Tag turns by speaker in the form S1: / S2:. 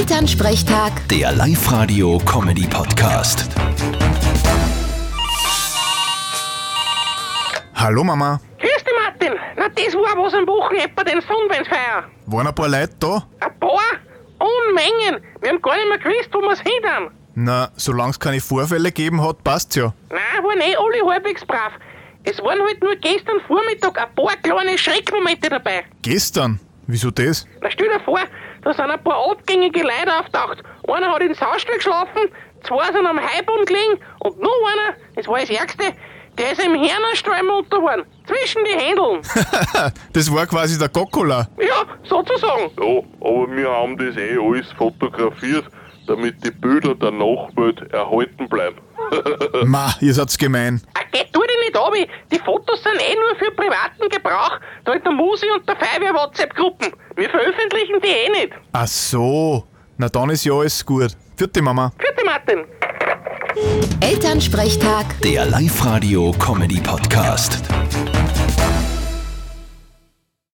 S1: Elternsprechtag,
S2: Der Live-Radio-Comedy-Podcast.
S3: Hallo Mama,
S4: Grüß dich, Martin. Na, das war was am Wochenende bei den Sonnenweinsfeier.
S3: waren ein paar Leute da?
S4: Ein paar Unmengen. Wir haben gar nicht mehr gewusst, wo wir's hindern.
S3: Na, solange es keine Vorfälle gegeben hat, passt's ja.
S4: Nein, waren eh alle halbwegs brav. Es waren halt nur gestern Vormittag ein paar kleine Schreckmomente dabei.
S3: Gestern? Wieso das?
S4: Na, stell dir vor, da sind ein paar abgängige Leute auftaucht. Einer hat ins Hausstall geschlafen, zwei sind am Heibum gelegen und nur einer, das war das Ärgste, der ist im Hirnerstrahl munter geworden. Zwischen die Händeln.
S3: Das war quasi der Gokkola.
S4: ja, sozusagen.
S5: Ja, aber wir haben das eh alles fotografiert, damit die Bilder der Nachwelt erhalten bleiben.
S3: Ma, ihr seid's gemein.
S4: Ah, Geh, tu dich nicht ab. Die Fotos sind eh nur für privaten Gebrauch, da in der Musi und der Feuerwehr WhatsApp-Gruppen. Wir veröffentlichen die eh nicht.
S3: Ach so, na dann ist ja alles gut. Vierte Mama.
S4: Vierte Martin.
S1: Elternsprechtag.
S2: Der Live-Radio-Comedy-Podcast.